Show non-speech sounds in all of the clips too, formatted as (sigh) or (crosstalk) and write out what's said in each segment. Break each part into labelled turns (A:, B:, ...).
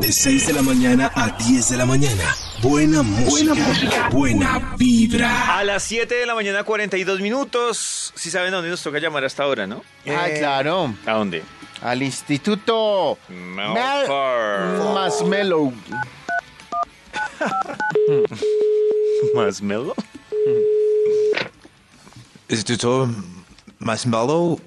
A: De 6 de la mañana a 10 de la mañana. Buena música. Buena, música. buena vibra.
B: A las 7 de la mañana, 42 minutos. Si saben a dónde nos toca llamar hasta ahora, ¿no?
C: Ah, claro.
B: ¿A dónde?
C: Al Instituto
B: Melford.
C: Masmelo.
B: ¿Más melo?
D: Instituto Marshmallow.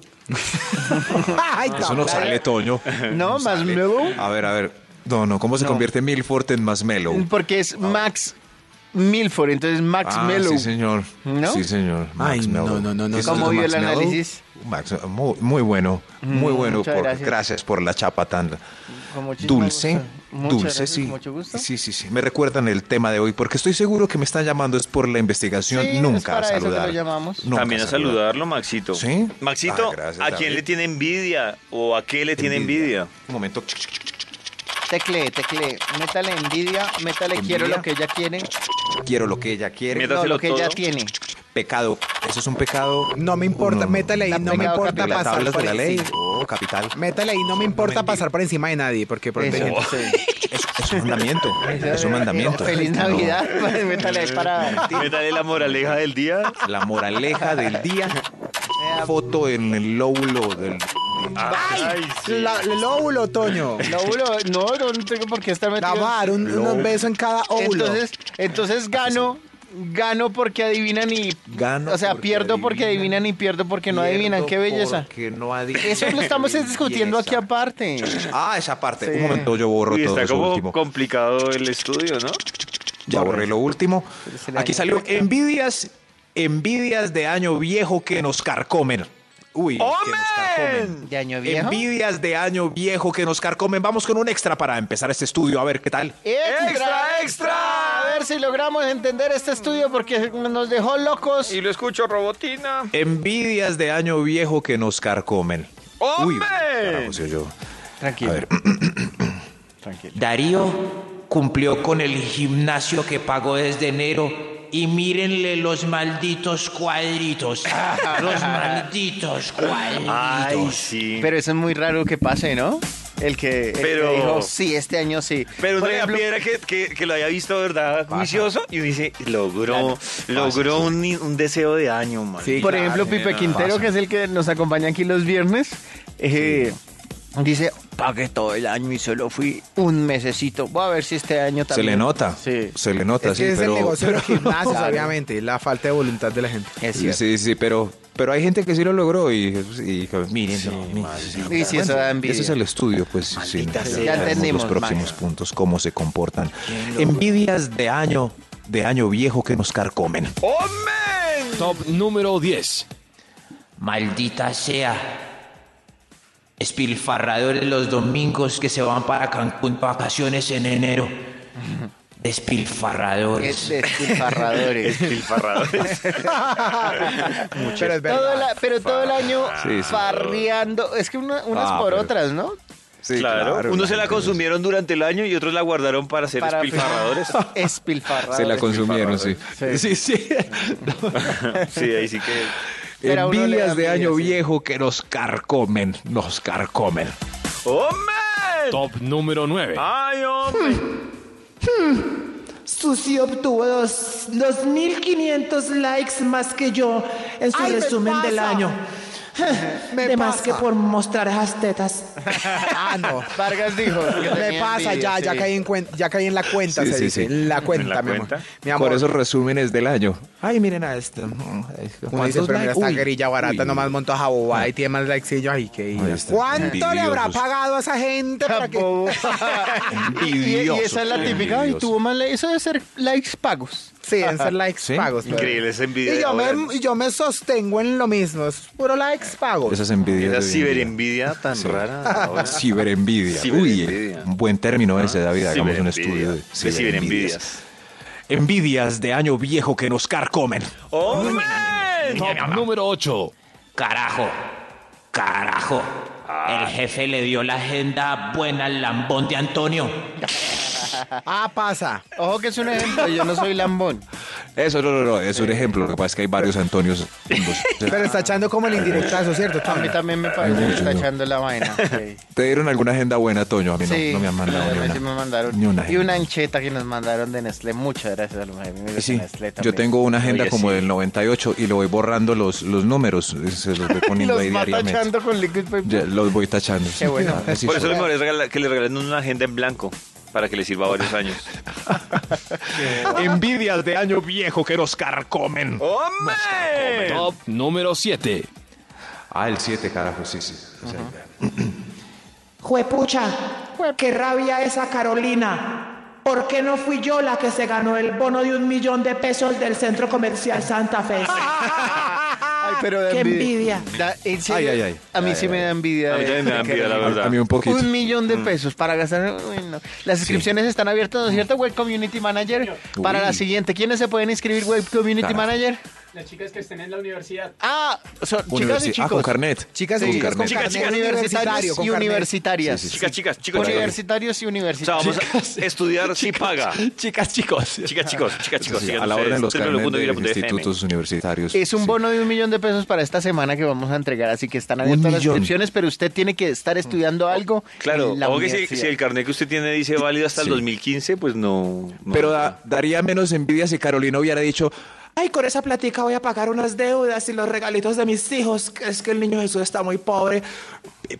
C: Ay,
D: Eso no sale, Toño.
C: (laughs) No, Masmelo.
D: A ver, a ver. No, no, ¿cómo se convierte Milford en Marshmallow?
C: Porque es Max Milford, entonces Max
D: Ah,
C: Mellow.
D: sí, señor.
C: ¿No?
D: Sí, señor.
A: Ay,
D: Max
A: no,
D: Mellow.
A: no, no, no,
D: ¿Qué es
C: no. ¿Cómo
D: esto,
C: vio
D: Max
C: el
D: Mellow?
C: análisis? Mm,
D: Max, muy, muy bueno, muy bueno.
C: muchas
D: por-
C: gracias.
D: gracias. por la chapa tan
C: Con muchísimo
D: dulce.
C: gusto. Muchas
D: Dulce,
C: gracias,
D: sí.
C: con mucho gusto.
D: Sí, sí, sí. Me recuerdan el tema de hoy porque estoy seguro que me están llamando es por la investigación.
C: Sí, es
D: Nunca
C: para
D: a
C: eso que lo
D: saludar.
C: llamamos.
D: Nunca
B: También a saludarlo, Maxito.
D: ¿Sí?
B: Maxito,
D: Ah, gracias,
B: ¿a quién
D: David.
B: le tiene envidia o a qué le tiene envidia?
D: Un momento.
C: Tecle, tecle. Métale envidia, métale quiero
D: Envidia.
C: lo que ella quiere.
D: Quiero lo que ella quiere.
B: Mira-
C: No,
B: Métaselo
C: lo que ella
B: todo.
C: tiene.
D: Pecado. Eso es un pecado.
E: No me importa, métale ahí,
C: La
E: no me
C: pegada
E: importa
D: De las
E: pasar
D: tablas
E: por
D: de la ley.
E: encima.
D: Oh, capital.
E: Métale ahí, no me importa pasar por encima de nadie, porque por
C: Eso,
E: ejemplo,
C: sí.
D: Es, es un mandamiento. (laughs) es un mandamiento.
C: Feliz
D: No.
C: Navidad. (laughs) Métale ahí
D: (laughs)
C: para.
B: Métale la moraleja del día.
D: La moraleja del día. Foto en el lóbulo del.
B: ¡Ay! sí.
E: la- el óvulo, Toño.
C: Lóbulo, no, no, no tengo por qué estar metido.
E: Lavar, un, un beso en cada óvulo.
C: Entonces, entonces gano, gano porque adivinan y
D: Gano
C: o sea,
D: porque
C: pierdo porque
D: adivinan,
C: adivinan y pierdo porque no adivinan, qué belleza.
D: Que no adivinan.
C: Eso
D: (laughs)
C: lo estamos
D: Belleza.
C: discutiendo aquí aparte.
D: Ah, esa parte.
C: Sí.
D: Un momento, yo borro
B: Uy,
D: todo
B: está
D: eso
B: como
D: último.
B: complicado el estudio, ¿no?
D: Ya borré lo último.
C: es el
D: Aquí
C: año.
D: salió envidias, envidias de año viejo que nos carcomen. Uy, que nos carcomen.
C: De año viejo.
D: Envidias de año viejo que nos carcomen. Vamos con un extra para empezar este estudio. A ver qué tal.
B: ¡Extra, extra!
C: A ver si logramos entender este estudio porque nos dejó locos.
B: Y lo escucho, Robotina.
D: Envidias de año viejo que nos carcomen. Uy,
B: ¡Hombre!
D: carajo, soy yo.
C: Tranquilo.
D: A ver.
F: Darío cumplió con el gimnasio que pagó desde enero y mírenle los
D: (laughs)
F: malditos cuadritos. Los malditos cuadritos.
B: Ay, sí.
C: Pero eso es muy raro que pase, ¿no? El que, el que
B: Pero-
C: dijo, sí, este año sí.
B: Pero
C: Por
B: una
C: ejemplo,
B: piedra que, que, que lo haya visto, ¿verdad? Juicioso. Y dice, logró,
D: Ah,
B: logró un, un deseo de año, man.
E: Sí,
C: Por
E: claro,
C: ejemplo, Pipe
B: (laughs)
C: Quintero, que es el que nos acompaña aquí los viernes, eh, dice, pagué todo el año y solo fui un mesecito. Voy a ver si este año
D: Se
C: también.
D: le nota.
C: Sí.
D: Se le nota,
E: es
D: sí,
E: que es
D: pero.
E: el negocio de los
D: (laughs)
E: gimnasios,
C: Claro.
E: obviamente, la falta de voluntad de la gente.
C: Es
D: Sí,
C: cierto.
D: sí, sí, pero, pero hay gente que sí lo logró y, y- miren, no, miren.
C: Y sí, eso da envidia.
D: Ese es el estudio, pues. sí, sí,
C: sea.
D: ya
C: Ya
D: veremos
C: entendimos,
D: Los próximos
C: Max.
D: puntos, cómo se comportan. Envidias de año, de año viejo que nos carcomen.
A: Top número 10.
F: Maldita sea. Espilfarradores los domingos que se van para Cancún de vacaciones en enero.
C: Es
F: Despilfarradores.
C: de
D: (laughs)
C: despilfarradores.
B: Despilfarradores.
E: Pero es
C: Todo
E: verdad.
C: la- pero todo el año
D: Sí, sí.
C: farreando. Es que una- unas
D: Ah,
C: por
D: pero-
C: otras, ¿no?
D: Sí,
B: claro. Unos se la
D: gente
B: consumieron durante el año y otros la guardaron para ser
C: Para- (laughs)
B: despilfarradores.
C: Espilfarradores.
D: Se la consumieron, sí. Sí, sí.
B: sí, ahí sí que.
C: Pero a uno le da
D: Envidias de
C: envidia,
D: año
C: sí.
D: viejo que nos carcomen, nos carcomen.
B: ¡Hombre!
A: Top número 9.
B: ¡Ay, hombre!
G: Susi obtuvo dos- 2.500 likes más que yo en su resumen del año. de más que por mostrar las tetas.
E: (laughs) Ah, no.
C: Vargas dijo. que
E: Me
C: tenía
E: pasa,
C: envidia,
E: ya, ya
C: sí.
E: caí en cuenta, ya caí en la cuenta,
D: Sí,
E: se
D: sí,
E: dice.
D: sí.
E: En la cuenta,
B: la
E: mi amor.
B: cuenta.
E: Mi amor.
D: Por esos resúmenes del año.
E: Ay, miren a este. Uno dice, pero mira, esta guerrilla barata nomás montó a Jabobá y tiene más likecillos. Ay, qué ira.
D: Ahí está.
E: ¿Cuánto le habrá
D: Envidiosos.
E: pagado a esa gente para que
C: Bobo. y, y- y
D: Envidiosos.
C: esa es la típica. Y
D: Envidiosos.
C: tuvo más. la- Eso debe ser likes pagos.
E: Sí, deben ser likes
D: Sí.
E: pagos. pero-
B: Increíble esa envidia
E: Y
B: de
E: yo,
B: Laura.
E: me, y yo me sostengo en lo mismo. Es puro likes pagos.
D: Esas envidias.
B: Esa
D: de hoy en día.
B: ciberenvidia tan
D: (laughs) Sí.
B: rara. ahora.
D: Ciberenvidia.
B: Ciberenvidia.
D: Uy, un buen término ese, David. Hagamos un
B: Ciberenvidia.
D: estudio de
B: De ciberenvidias.
D: Envidias de año viejo que nos carcomen.
B: ¡Hombre!
A: Top número 8.
F: Carajo. Carajo. El jefe le dio la agenda buena al lambón de Antonio.
E: Ah, pasa.
C: Ojo que es un ejemplo. Yo no soy lambón.
D: Eso, no, no, no, es
B: Eh.
D: un ejemplo. Lo que pasa es que hay varios Antonios.
E: Pero está echando como el indirectazo, ¿cierto?
C: A mí
E: Toño?
C: también me parece que está echando la
D: (laughs)
C: vaina. Sí.
D: ¿Te dieron alguna agenda buena, Toño? A mí no,
C: Sí,
D: no me han mandado
C: a
D: ni
C: mí
D: una.
C: sí me mandaron.
D: Ni una
C: y una ancheta que nos mandaron de Nestlé. Muchas gracias a los amigos
D: Sí,
C: de Nestlé
D: yo
C: también.
D: tengo una agenda
B: Oye,
D: como
B: sí.
D: del 98 y le voy borrando los, los números. Se los
C: (laughs)
D: voy
C: Y
D: poniendo
C: los
D: ahí
C: va
D: diariamente.
C: tachando con liquid paper.
D: Ya, los voy tachando. sí.
C: bueno.
D: Ah, así
B: Por eso
D: soy.
B: lo mejor es regala- que le regalen una agenda en blanco para que le
D: Oh.
B: sirva varios
D: (laughs)
B: años.
D: Envidias de año viejo que nos carcomen.
B: ¡Hombre!
H: Top número 7.
D: Ah, el 7, carajo, sí, sí. O sea,
G: Juepucha, qué rabia esa Carolina. ¿Por qué no fui yo la que se ganó el bono de un millón de pesos del Centro Comercial Santa Fe?
C: (laughs) Ay, pero da
G: Qué envidia.
C: Da- en serio,
D: Ay, ay, ay.
C: A mí
D: Ay,
C: sí
D: ay,
C: me da envidia.
B: A mí
C: de-
B: también me da
C: de que
B: envidia, la
C: regalen
B: verdad.
D: a mí un poquito. Mm.
C: Un millón de pesos para gastar. uy, no. Las inscripciones están abiertas, ¿no es cierto, Web Community Manager? Para la siguiente, ¿quiénes se pueden inscribir, Web Community
D: Carajo.
C: Manager?
I: Las chicas que estén en la universidad.
C: Ah, son chicas y
D: universi- Ah, con
C: chicos.
D: carnet.
E: Chicas y
D: Con
E: chicos con
D: carnet.
E: carnet universitario,
C: universitarios
E: con
C: y
E: carnet.
C: universitarias.
B: Chicas, chicas, chicos, chicas.
C: Universitarios y
B: O sea, vamos
C: universitarios.
B: a estudiar si paga.
H: Chicas, chicos.
B: Chicas, chicos, chicas, chicos.
D: Sí,
B: sigan
D: a la orden
B: ustedes.
D: de los
B: Ustedes lo
D: carnet
B: punto
D: de
B: ir a
D: los
B: punto FM.
D: institutos universitarios.
C: Es un
D: Sí.
C: bono de un millón de pesos para esta semana que vamos a entregar, así que están abiertas las
D: millón.
C: inscripciones, pero usted tiene que estar estudiando algo.
B: Claro,
C: en la
B: o que si,
C: universidad.
B: si el carnet que usted tiene dice válido hasta el
D: Sí.
B: 2015, pues no. no.
D: Pero ah, da- daría menos envidia si Carolina hubiera dicho,
G: Ay, con esa platica voy a pagar unas deudas y los regalitos de mis hijos. que Es que el niño Jesús está muy pobre.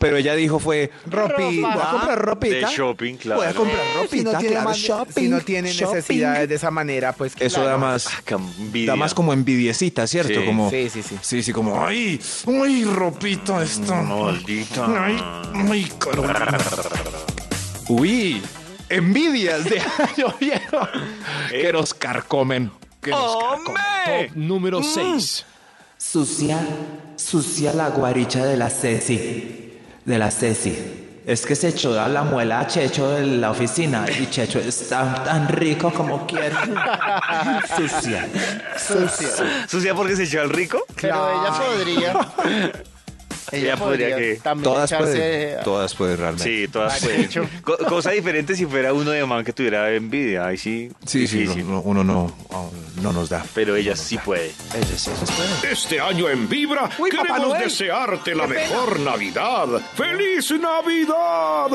D: pero ella dijo fue,
E: Ropita. Voy a comprar
B: de
E: ropita.
B: shopping, claro.
E: Voy a comprar ropita.
G: Si no tiene
E: claro,
G: más-
E: shopping,
G: si no
E: tiene
G: tiene
E: necesidades
G: necesidades
E: de esa manera, pues.
D: eso da más,
B: Ah, qué envidia.
D: da más como envidiecita, ¿cierto?
B: Sí.
D: Como,
E: Sí, sí, sí.
D: Sí, sí, como, ay, ay, ropita esto. (laughs)
B: Maldita.
D: Ay, ay, Carolina. Uy, envidias de año viejo
B: Eh,
D: que nos carcomen. Que nos
H: Top número
E: Mm.
H: 6.
F: Sucia, sucia la guaricha de la Ceci. De la Ceci. Es que se echó a la muela a Checho de la oficina y Checho es tan, tan rico como quiere. Sucia.
B: ¿Sucia porque se echó al rico?
C: Pero ella
B: (laughs)
C: podría.
B: Ella podría que-
C: también
D: todas
C: echarse
D: pueden, todas pueden realmente.
B: Sí, todas pueden. Co- cosa diferente si fuera uno de man que tuviera envidia. Ahí sí.
D: Sí, sí,
B: difícil.
D: no, uno no, no nos da.
B: Pero ella sí puede.
J: Este año en Vibra queremos desearte la mejor Navidad. ¡Feliz Navidad!